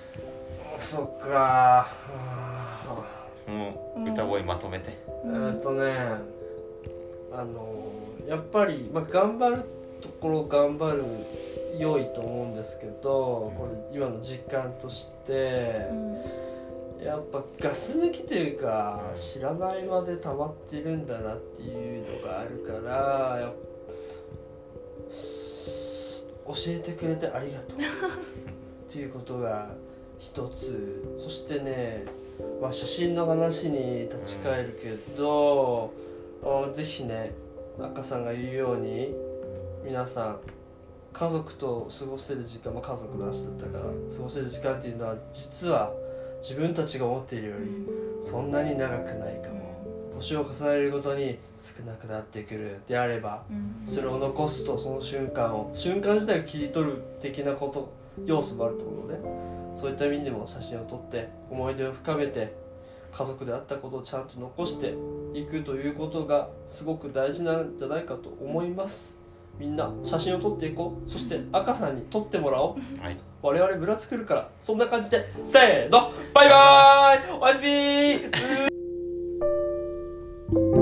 そっかはもううん歌ボーイまとめてあえーっとねあのやっぱり、まあ、頑張るところ頑張る良いと思うんですけどこれ今の実感としてう、んやっぱガス抜きというか知らないまで溜まってるんだなっていうのがあるからやっぱす教えてくれてありがとうっていうことが一つそしてね、まあ、写真の話に立ち返るけど、あぜひね赤さんが言うように皆さん家族と過ごせる時間、まあ、家族の話だったから過ごせる時間っていうのは実は自分たちが思っているようりんそんなに長くないかも年を重ねるごとに少なくなってくるであればうんそれを残すとその瞬間を瞬間自体を切り取る的なこと要素もあると思うのねそういった意味でも写真を撮って思い出を深めて家族であったことをちゃんと残していくということがすごく大事なんじゃないかと思いますみんな写真を撮っていこうそして赤さんに撮ってもらおう、はい我々村作るからそんな感じでせーのバイバーイおやすみーうー